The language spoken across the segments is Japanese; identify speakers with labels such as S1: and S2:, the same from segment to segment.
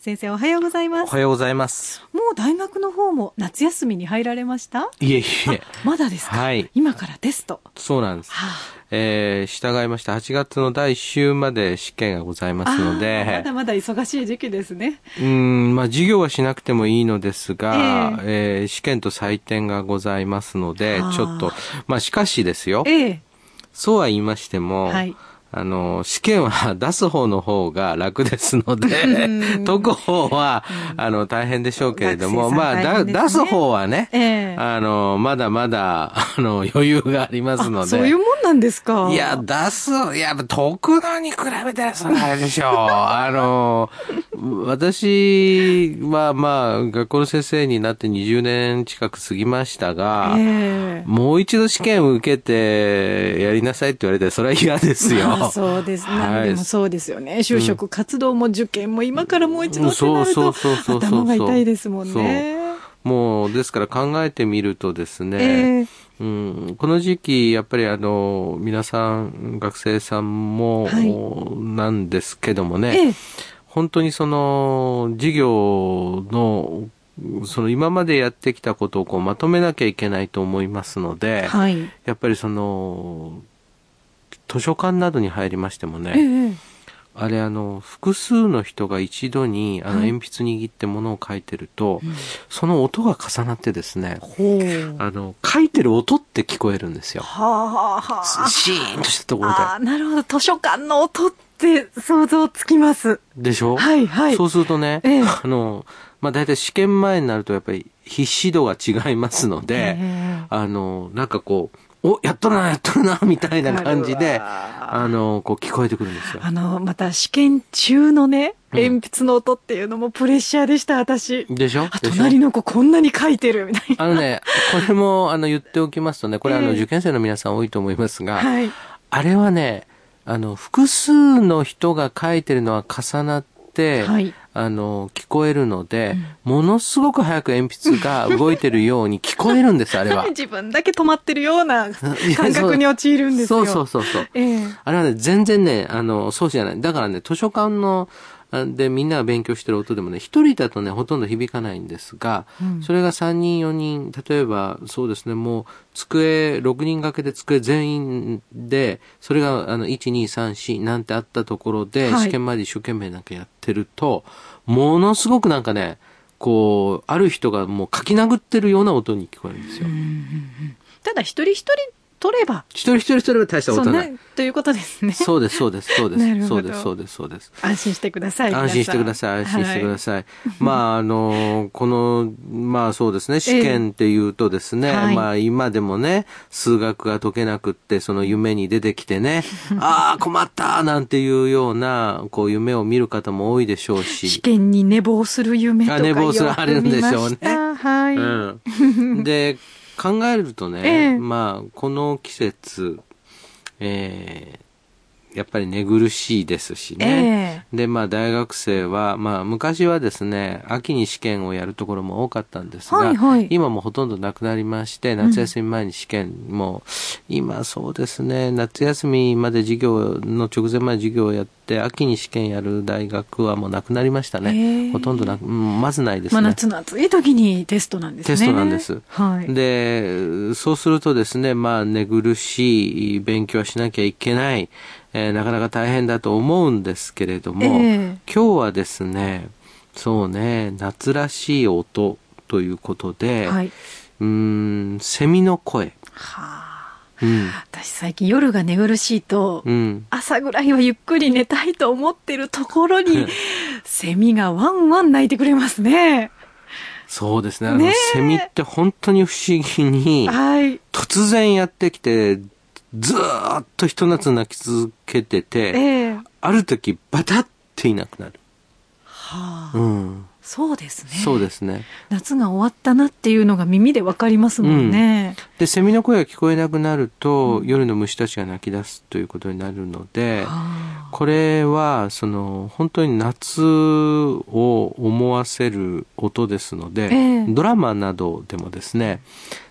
S1: 先生、おはようございま
S2: お
S1: す。
S2: はようございます。
S1: もう大学の方も夏休みに入られました
S2: いえいえ、
S1: まだですか、
S2: はい
S1: 今からテスト。
S2: そうなんです。
S1: はあ
S2: えー、従いまして8月の第1週まで試験がございます
S1: あ
S2: の
S1: ーま
S2: で
S1: だ、まだ忙しい時期ですね。
S2: うーん、まあ授業はしなくてもいいのですが、
S1: え
S2: えー試験と採点がございますので
S1: はあ、
S2: ちょっと、まあしかしですよ、
S1: ええ。
S2: そうは言いましても、
S1: はい
S2: あの、試験は 出す方の方が楽ですので、解く方は、あの、大変でしょうけれども、
S1: 学生さん
S2: まあ、
S1: 大変
S2: だ
S1: ですね
S2: 出す方はね、
S1: ええ
S2: あの、まだまだ、あの、余裕がありますの
S1: あ
S2: で。
S1: そういうもんなんですか。
S2: いや、出す、いや、徳田に比べたらそれあれ でしょう。あの、私はまあ、学校の先生になって20年近く過ぎましたが、
S1: ええ。
S2: もう一度試験を受けてやりなさいって言われて、それは嫌です よ。
S1: まあそうです。
S2: は
S1: 何
S2: い
S1: でもそうですよね。就職活動も受験も今からもう一度ってなる
S2: そ
S1: と
S2: うそうそうそうそう
S1: 頭が痛いですもんね。
S2: もう、ですから考えてみるとですね、
S1: ええ
S2: うん、この時期、やっぱりあの、皆さん、学生さんも、
S1: はい
S2: なんですけどもね、
S1: ええ
S2: 本当にその、授業の、その今までやってきたことをこうまとめなきゃいけないと思いますので、
S1: はい。
S2: やっぱりその、図書館などに入りましてもね、
S1: ええ。
S2: あれあの、複数の人が一度にあの
S1: はい
S2: 鉛筆握ってものを書いてると、その音が重なってですね、
S1: ほう。
S2: あの、書いてる音って聞こえるんですよ。
S1: はあはあはあ。
S2: シーンとしたところ
S1: ああ、なるほど。図書館の音って想像つきます。
S2: で。でしょ
S1: はいはい
S2: そうするとね、
S1: ええ
S2: あの、まあ、大体試験前になるとやっぱり必死度が違いますの
S1: え
S2: で、
S1: え
S2: あの、なんかこう、お、やっとるな、やっとるな、みたいな感じ
S1: わか
S2: で、
S1: るわ
S2: あの、こう聞こえてくるんですよ。
S1: あの、また試験中のね、
S2: うん
S1: 鉛筆の音っていうのもプレッシャーでした、私。
S2: でしょ
S1: あ、
S2: でしょ
S1: 隣の子こんなに書いてる、みたい
S2: あのね、これも、あの、言っておきますとね、これ、あ
S1: ええ
S2: の、受験生の皆さん多いと思います
S1: な。
S2: が、
S1: はい。
S2: あれはね、あの、複数の人が書いてるのは重なって、
S1: はい
S2: あの、聞こえるので、ものすごく早く鉛筆が動いてるように聞こえるんです、あれは。
S1: 自分だけ止まってるような
S2: や
S1: 感覚に陥るんです
S2: そ
S1: よ。
S2: うそうそうそう。
S1: ええ
S2: あれはね、全然ね、あの、そうじゃない。だからね、図書館の、あで、みんなが勉強してる音でもね、一人だとね、ほとんど響かないんですが、それが3人、4人、例えば、そうですね、もう、机、6人掛けで机全員で、それが、あの、1、2、3、4なんてあったところで、
S1: はい
S2: 試験前で一生懸命なんかやってると、ものすごくなんかね、こう、ある人がもう書き殴ってるような音に聞こえるんですよ。
S1: ただ一人一人取れば、
S2: 一人一人それは大した
S1: そ
S2: こ
S1: ん
S2: と
S1: な
S2: ない。、
S1: ということですね。
S2: そうです、そうです、そう で
S1: なるほど
S2: す。そうです、そうです、そうです。
S1: 安心してください。
S2: 安心してください、安心してください。まあ、あの、この、まあそうですね、試験っていうとですね、
S1: はい
S2: まあ今でもね、数学が解けなくって、その夢に出てき てね、ああ、困ったなんていうような、こう夢を見る方も多いでしょう
S1: い試
S2: し。
S1: 験に寝坊する夢とか
S2: あ寝坊する
S1: よく
S2: あるんでしょうね
S1: 見またはい。
S2: うん、で、考えるとね、
S1: ええ
S2: まあこの季節、えーやっぱり寝苦しいですしね。
S1: ええ
S2: で、まあ、大学生は、まあ、昔はですね、秋に試験をやるところも多かったんですが、
S1: はいはい
S2: 今もほとんどなくなりまして、夏休み前に試験も、今そうですね、夏休みまで授業の直前まで授業をやって、秋に試験やる大学はもうなくなりましたね。
S1: へえ
S2: ほとんどなく、うんまずないですね。
S1: 真夏の暑い時にテストなんですね。
S2: テストなんです。
S1: はい。
S2: で、そうするとですね、まあ、寝苦しい、勉強はしなきゃいけない、えーなかなか大変だと思うんですけれども、
S1: え
S2: 今日はですね、そうね、夏らしい音ということで、
S1: はい。
S2: うーん、セミの声。
S1: はあ。
S2: うん。
S1: 私最近夜が寝苦しいと、
S2: うん。
S1: 朝ぐらいはゆっくり寝たいと思ってるところに
S2: ん、
S1: セミがワンワン鳴いてくれますね。
S2: そうですね。あ
S1: ね
S2: の
S1: え、
S2: セミって本当に不思議に、
S1: はい。
S2: 突然やってきて、ずーっとひと夏泣き続けてて、
S1: ええは
S2: ある時、バタっていなくなる。
S1: あ。
S2: うん。
S1: そうですね。
S2: そうですね。
S1: 夏が終わったなっていうのが耳でわかりますもんね。
S2: で、セミの声が聞こえなくなると、夜の虫たちが泣き出すということになるので、
S1: あ
S2: これは、その、本当に夏を思わせる音ですので、
S1: ええ
S2: ドラマなどでもですね、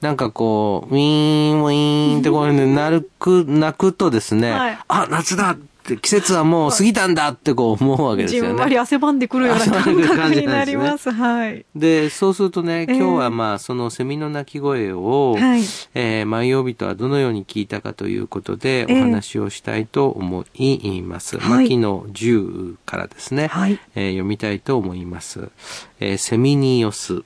S2: なんかこう、ウィーン、ウィーンってこういうのなるく、泣くとですね、
S1: はい
S2: あ、夏だって、季節はもう過ぎたんだってこう思うわけ
S1: ー
S2: です
S1: じ
S2: よね。
S1: んわり汗ばんでくるような感
S2: 汗ばんでくる感
S1: 覚
S2: じ
S1: に
S2: な
S1: なん
S2: ですね
S1: ります。はい。
S2: で、そうするとね、
S1: ええ
S2: 今日はまあ、そのセミの鳴き声を、
S1: はい
S2: えー、毎曜日とはどのように聞いたかということで、
S1: ええ
S2: お話をしたいと思います。
S1: はい
S2: 牧野10からですね、
S1: はい
S2: えー読みたいと思います。えーセミによす。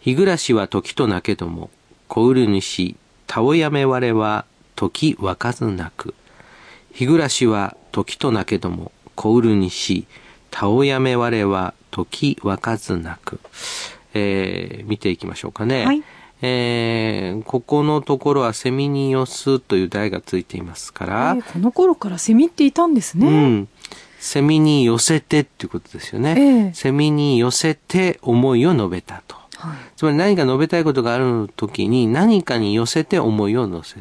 S2: 日暮らしは時となけども、小うる主、たおやめ我は時わかずなく。日暮らしは時となけども、小うる主、たおやめ我は時わかずなく。えー見ていきましょうかね。
S1: はい
S2: えーここのところはセミによすという題がついていますか
S1: え
S2: ら、
S1: ーこの頃からセミっていたんです
S2: う
S1: ね。
S2: ん。セミに寄せてっていうことですよね。
S1: ええ
S2: セミに寄せて思いを述べたと。
S1: はい。
S2: つまり何か述べたいことがある時に何かに寄せて思いを乗せ、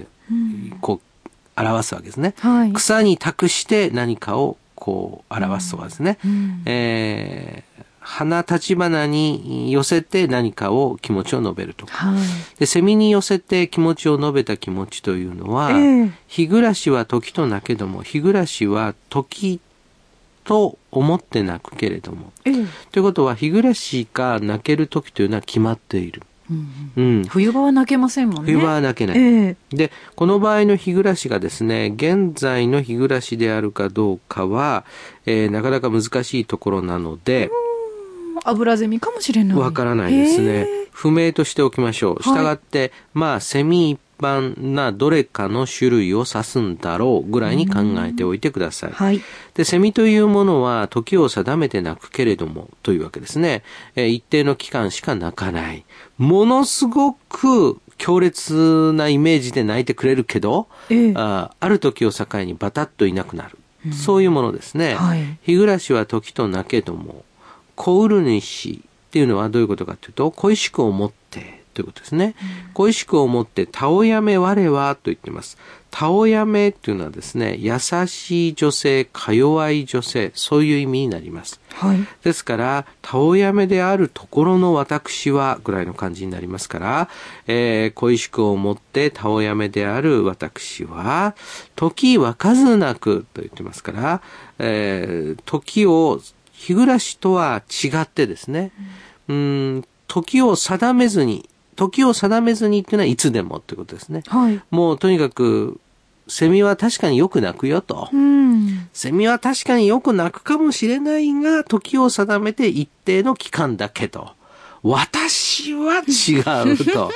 S2: こう、表すわけですね。
S1: はい。
S2: 草に託して何かをこう表すとかですね。
S1: うん
S2: えー花立花に寄せて何かを気持ちを述べるとか。
S1: はい。
S2: で、セミに寄せて気持ちを述べた気持ちというのは、
S1: ええ
S2: 日暮らしは時となけども、日暮らしは時と思って泣くけれども。
S1: ええ
S2: ということは、日暮らしが泣ける時というのは決まっている。
S1: うん
S2: うん。
S1: 冬場は泣けませんもんね。
S2: 冬場は泣けない。
S1: ええ
S2: で、この場合の日暮らしがですね、現在の日暮らしであるかどうかは、えーなかなか難しいところなので、
S1: 油ゼミかもしれない。
S2: わからないです
S1: え
S2: ね
S1: え。
S2: 不明としておきましょう。
S1: はい
S2: 従って、まあ、セミ一般などれかの種類を指すんだろうぐらいに考えておいてください。
S1: はい。
S2: で、セミというものは時を定めて鳴くけれども、というわけですね。えー一定の期間しか鳴かない。ものすごく強烈なイメージで鳴いてくれるけど、
S1: ええ
S2: あーある時を境にバタッといなくなる。そういうものですね。
S1: はい
S2: 日暮らしは時となけども、小うる主っていうのはどういうことかというと、恋しく思ってということですね。恋しく思って、たおやめ我はと言ってます。たおやめっていうのはですね、優しい女性、か弱い女性、そういう意味になります。
S1: はい。
S2: ですから、たおやめであるところの私は、ぐらいの感じになりますから、えー恋しく思ってたおやめである私は、時は数なくと言ってますから、えー時を、日暮らしとは違ってですね、うん、時を定めずに、時を定めずにっていうのはいつでもということですね。
S1: はい。
S2: もうとにかく、セミは確かによく鳴くよと。
S1: うん。
S2: セミは確かによく鳴くかもしれないが、時を定めて一定の期間だけど、私は違う と。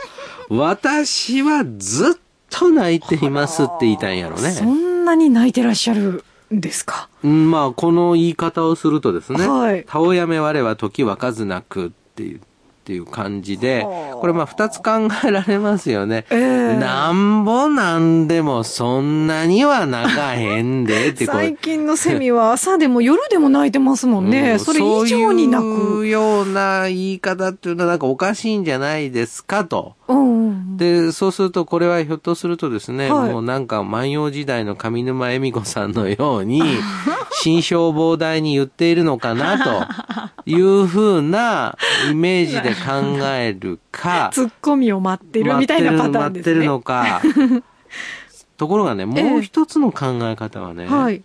S2: 私はずっと泣いていますって言いたいんやろ
S1: そ
S2: ね。
S1: んなに泣いてらっしゃるんですか。
S2: うんまあ、この言い方をするとですね、
S1: はい
S2: たおやめ我は時わかずなくっていう、っていう感じで、
S1: はあ
S2: これまあ二つ考えられますよね。
S1: ええ
S2: なんぼなんでもそんなには泣かへんでってこう
S1: 最近のセミは朝でも夜でも泣いてますもんね。
S2: うん
S1: それ以上に泣
S2: そういう
S1: く。
S2: ような言い方っていうのはなんかおかしいんじゃないですかと。
S1: うんうん。
S2: で、そうすると、これはひょっとするとですね、
S1: はい
S2: もうなんか万葉時代の上沼恵美子さんのよ うに、心象膨大に言っているのかな、というふうなイメージで考える か、
S1: ツッコミを待ってるみたいなパターン
S2: 待
S1: で
S2: って
S1: す
S2: る
S1: ね。
S2: のか。 ところがね、もう一つの考え方はね、
S1: はい。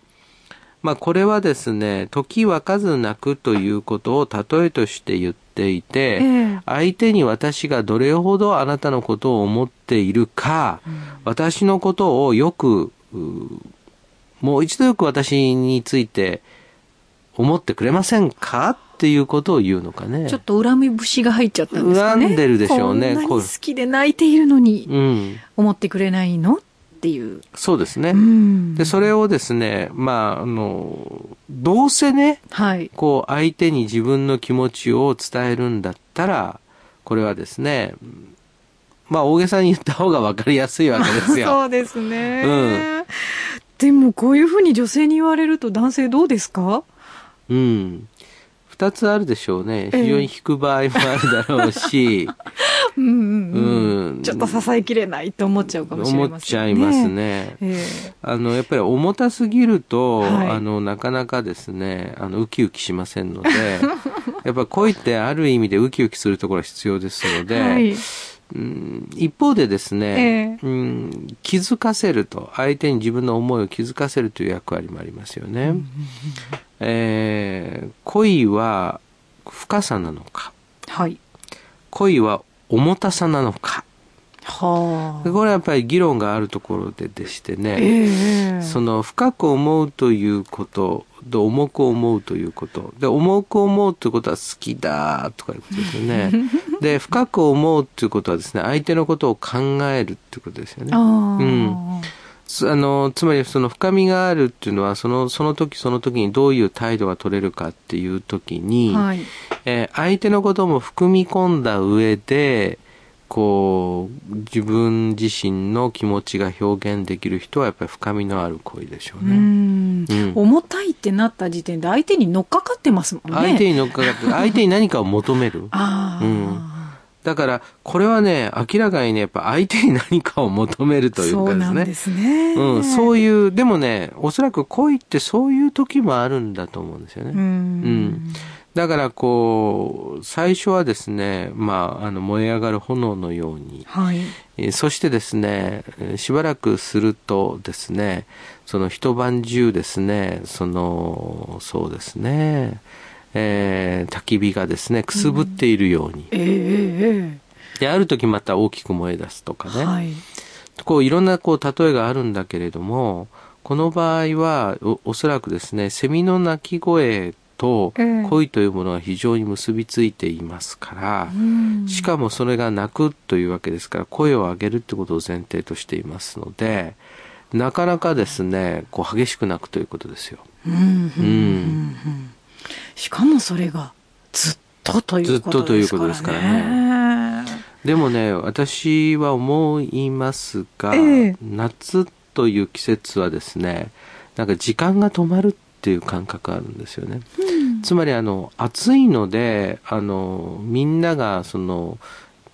S2: まあこれはですね、時わかず泣くということを例えとして言っていて、
S1: ええ
S2: 相手に私がどれほどあなたのことを思っているか、私のことをよく、うもう一度よく私について思ってくれませんかっていうことを言うのかね。
S1: ちょっと恨み節が入っちゃったんですかね。
S2: 恨んでるでしょう
S1: こ
S2: ね
S1: んなに
S2: こう
S1: 好きで泣いているのに
S2: うん。
S1: 思ってくれないのっていう。
S2: そうですね。
S1: うん。
S2: で、それをですね、まあ、あの、どうせね、
S1: はい。
S2: こう相手に自分の気持ちを伝えるんだったら、これはですね、うんまあ大げさに言った方が分かりやすいわけですよ。
S1: そうですね。でもこういうふうに女性に言われると男性どうですか
S2: うん。 2つあるでしょうね。非常に引く場合もあるだろう し、
S1: うんうんうん
S2: うん
S1: ちょっと支えきれないと思っちゃうかもしれ
S2: 思
S1: ま
S2: っ
S1: せ
S2: ち
S1: ん
S2: ゃ
S1: ね。
S2: います。ね。
S1: ええ
S2: あの、やっぱり重たすぎると、
S1: はい
S2: あの、なかなかですね、あの、ウキウキしませ んので、やっぱ恋ってある意味でウキウキするところは必要ですので、
S1: はい、
S2: うん一方でですね、
S1: え
S2: うん、気づかせると、相手に自分の思いを気づかせるという役割もありますよね。えー恋は深さなのか、
S1: はい、
S2: 恋は重たさなのか、
S1: はあ。
S2: これはやっぱり議論があるところででしてね、
S1: ええ
S2: その深く思うということと重く思うということで重く思うということは好きだとかいうことです よねで深く思うということはですね相手のことを考えるということですよね
S1: ああ、
S2: うんつあのつまりその深みがあるっていうのはそのその時その時にどういう態度が取れるかっていう時に、
S1: はい。
S2: えー相手のことも含み込んだ上でこう自分自身の気持ちが表現できる人はやっぱり深みのある恋でしょ
S1: う
S2: うね。
S1: ん
S2: うん
S1: 重たいってなった時点で相手に乗っかかってますもんね。
S2: 相手に乗っかか って、相手に何かを求める。
S1: ああ、
S2: だから、これはね、明らかにね、やっぱ相手に何かを求めるという
S1: そう
S2: かで
S1: な
S2: す
S1: ん
S2: ね。
S1: ですね。
S2: うん、そうういう、でもね、おそらく恋ってそういう時もあるんだと思うんですよね。
S1: ん。
S2: だから、こう、最初はですね、まあ、あの、燃え上がる炎のように、
S1: はい。
S2: えーそしてですね、えーしばらくするとですね、その一晩中ですね、その、そうですね、えー焚き火がですね、くすぶっているように。
S1: えええ
S2: で、ある時また大きく燃え出すと
S1: え
S2: かね。
S1: はい。
S2: こう、いろんなこう、例えがあるんだけれども、この場合は、おおそらくですね、セミの鳴き声と
S1: ええ
S2: 恋というものは非常に結びついていますから、
S1: うん
S2: しかもそれが泣くというわけですから、声を上げるってことを前提としていますので、なかなかですね、こう激しく泣くということですよ。
S1: うんうんうんうんしかもそれがずっとということですからね。
S2: ずっとということですからねでもね、私は思いますが、
S1: ええ
S2: 夏という季節はですね、なんか時間が止まるっていう感覚があるんですよね。つまりあの、暑いので、あの、みんながその、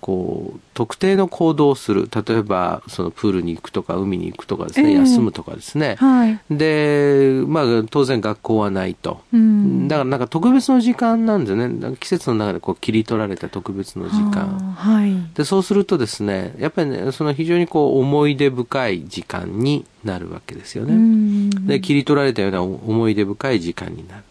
S2: こう、特定の行動をする。例えば、そのプールに行くとか、海に行くとかですね、
S1: ええ
S2: 休むとかですね。
S1: はい。
S2: で、まあ、当然学校はないと。
S1: うん
S2: だからなんか特別の時間なんですよね。なんか季節の中でこう切り取られた特別の時間。
S1: あーはい。
S2: で、そうするとですね、やっぱりね、その非常にこう思い出深い時間になるわけですよ
S1: う
S2: ね。
S1: ん
S2: で、切り取られたような思い出深い時間になる。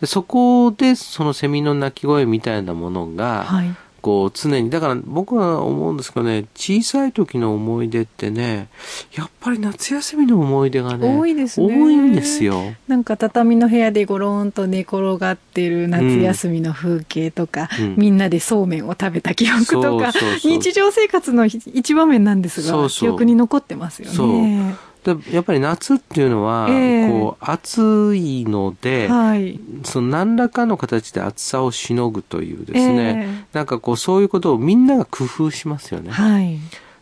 S2: で、そこでそのセミの鳴き声みたいなものが、
S1: はい。
S2: こう常に、だから僕は思うんですけどね、小さい時の思い出ってね、やっぱり夏休みの思い出がね、
S1: 多いですね
S2: 多いんですよ。
S1: なんか畳の部屋でゴロンと寝転がってる夏休みの風景とか、
S2: うん
S1: みんなでそうめんを食べた記憶とか、
S2: そうそうそう
S1: 日常生活の一場面なんですが
S2: そうそ
S1: 記
S2: う
S1: 憶に残ってますよね。
S2: でやっぱり夏っていうのは、
S1: ええ
S2: こう暑いので、
S1: はい。
S2: その何らかの形で暑さをしのぐというですね、なんかこうそういうことをみんなが工夫しますよ
S1: えー。
S2: ね
S1: はい。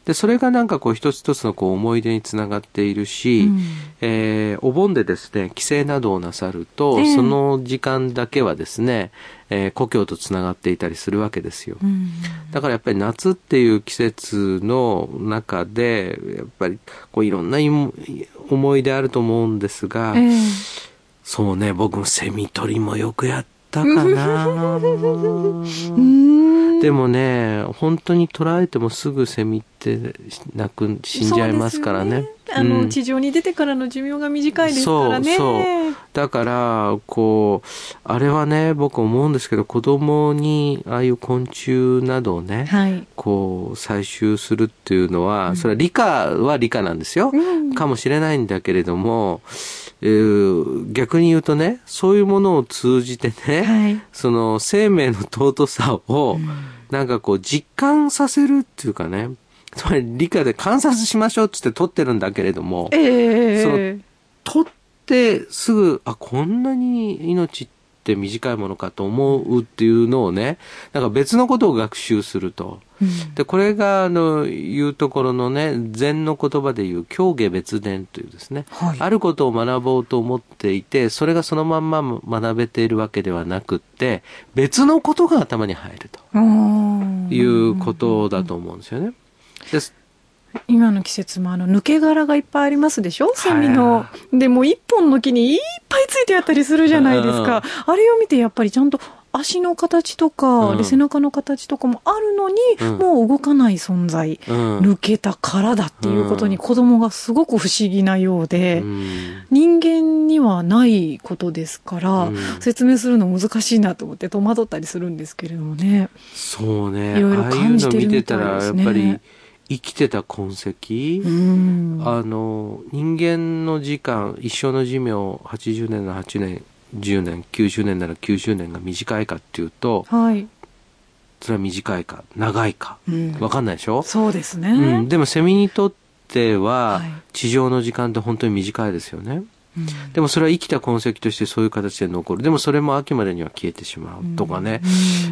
S2: でそれがなんかこう一つ一つのこう思い出につながっているし、
S1: うん
S2: えーお盆でですね帰省などをなさると、
S1: ええ
S2: その時間だけはですね、えー故郷とつながっていたりするわけですよ。
S1: うん
S2: だからやっぱり夏っていう季節の中で、やっぱりこういろんな思い思い出あると思うんですが、
S1: ええ
S2: そうね、僕もセミ取りもよくやったか な。
S1: うーん
S2: でもね、本当に捕らえてもすぐセミってなく死んじゃいますからね。
S1: そうですよねあ
S2: う
S1: の
S2: ん
S1: 地上に出てからの寿命が短いですからね。
S2: そうだから、こう、あれはね、僕思うんですけど、子供にああいう昆虫などをね、
S1: はい。
S2: こう採集するっていうのは、
S1: うん
S2: それは理科は理科なんですよ、
S1: うん
S2: かもしれないんだけれども、えー逆に言うとねそういうものを通じてね、
S1: はい。
S2: その生命の尊さを、なんかこう実感させるっていうかねつまり理科で観察しましょうっつって撮ってるんだけれども
S1: ええ
S2: 撮ってすぐあこんなに命ってって短いものかと思うっていうのをね、なんか別のことを学習すると。で、これが、あの、いうところのね、禅の言葉でいう、教下別伝というですね、
S1: はい
S2: あることを学ぼうと思っていて、それがそのまんま学べているわけではなくって、別のことが頭に入ると
S3: うん
S2: いうことだと思うんですよね。です
S3: 今の季節もあの抜け殻がいっぱいありますでしょセミの
S2: は。
S3: でもう一本の木にいっぱいついてあったりするじゃないですか。あれを見てやっぱりちゃんと足の形とか、
S2: うん
S3: で背中の形とかもあるのに、
S2: うん
S3: もう動かない存在、
S2: うん
S3: 抜けた殻だっていうことに
S2: うん
S3: 子供がすごく不思議なようで、
S2: うん
S3: 人間にはないことですから、
S2: うん
S3: 説明するの難しいなと思って戸惑ったりするんですけれどもね。
S2: そうね。
S3: いろいろ
S2: ああいう
S3: 感じ
S2: の
S3: てる
S2: 見て
S3: み
S2: た
S3: たいで
S2: ら、や
S3: す
S2: っ
S3: ね
S2: ぱり生きてた痕跡、
S3: うん
S2: あの、人間の時間、一生の寿命、80年なら8年、10年、90年なら90年が短いかっていうと、
S3: はい。
S2: それは短いか、長いか、
S3: うん
S2: わかんないでしょ、
S3: そうですね。
S2: うん、でもセミにとっては、
S3: はい
S2: 地上の時間って本当に短いですよね。
S3: うん
S2: でもそれは生きた痕跡としてそういう形で残る。でもそれも秋までには消えてしまうとかね。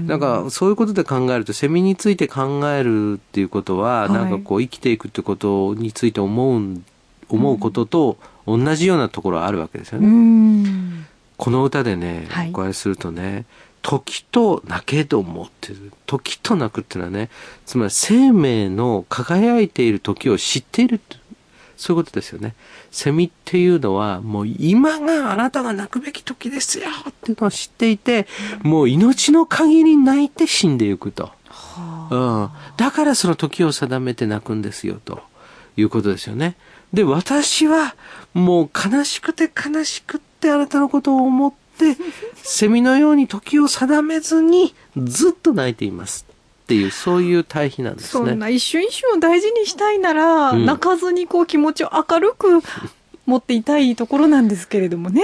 S2: なんかそういうことで考えるとセミについて考えるっていうことは、
S3: はい
S2: なんかこう生きていくってことについて思うん思うことと同じようなところはあるわけですよ
S3: う
S2: ね。
S3: ん。
S2: この歌でね、
S3: はい
S2: これするとね「時と泣けども」っていう「時と泣く」っていうのはねつまり生命の輝いている時を知っているってそういうことですよね。セミっていうのは、もう今があなたが泣くべき時ですよっていうのを知っていて、もう命の限り泣いて死んでいくと。うん。だからその時を定めて泣くんですよ、ということですよね。で、私は、もう悲しくて悲しくってあなたのことを思って、セミのように時を定めずに、ずっと泣いています。っていう、そういう対比なんです
S3: そ
S2: ね。
S3: んな一瞬一瞬を大事にしたいなら、
S2: うん
S3: 泣かずにこう気持ちを明るく持っていたいところなんですけれどもね。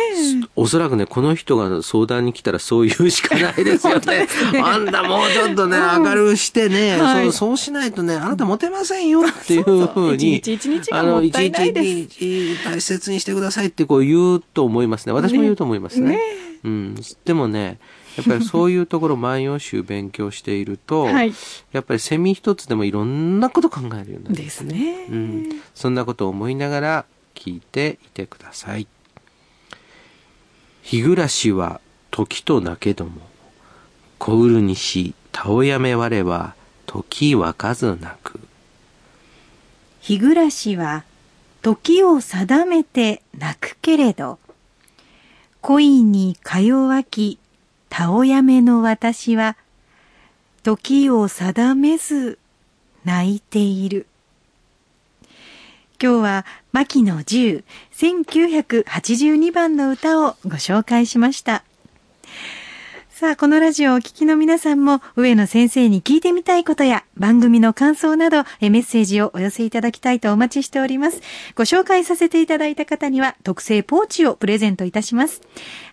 S2: おそらくね、この人が相談に来たらそう言うしかないですよ
S3: 本当で
S2: ね。
S3: すね
S2: あんたもうちょっとね、
S3: うん
S2: 明るくしてね、
S3: はい
S2: そう、そうしないとね、あなたモテませんよっていうふうに、
S3: そうそう一日一日がもったいないです
S2: あの一日一日大切にしてくださいってこう言うと思いますね。私も言うと思いますね。
S3: ね
S2: うん。でもね、やっぱりそういうところ、万葉集勉強していると、
S3: はい。
S2: やっぱりセミ一つでもいろんなこと考えるようになる。
S3: ですね。
S2: うん、そんなことを思いながら聞いていてください。日暮らしは時となけども、小うるにし、たおやめわれは時わかずなく。
S1: 日暮らしは時を定めて泣くけれど恋にか弱きたおやめの私は時を定めず泣いている今日は牧野十1982番の歌をご紹介しましたさあ、このラジオをお聞きの皆さんも、上野先生に聞いてみたいことや、番組の感想など、えメッセージをお寄せいただきたいとお待ちしております。ご紹介させていただいた方には、特製ポーチをプレゼントいたします。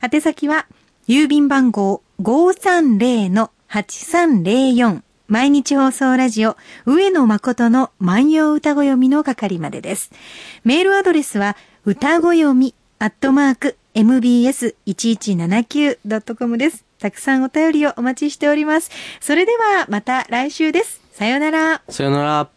S1: 宛先は、郵便番号530-8304、毎日放送ラジオ、上野誠の万葉歌子読みの係までです。メールアドレスは、歌子読み、アットマーク、mbs1179.com です。たくさんお便りをお待ちしております。それではまた来週です。さようなら。
S2: さよなら。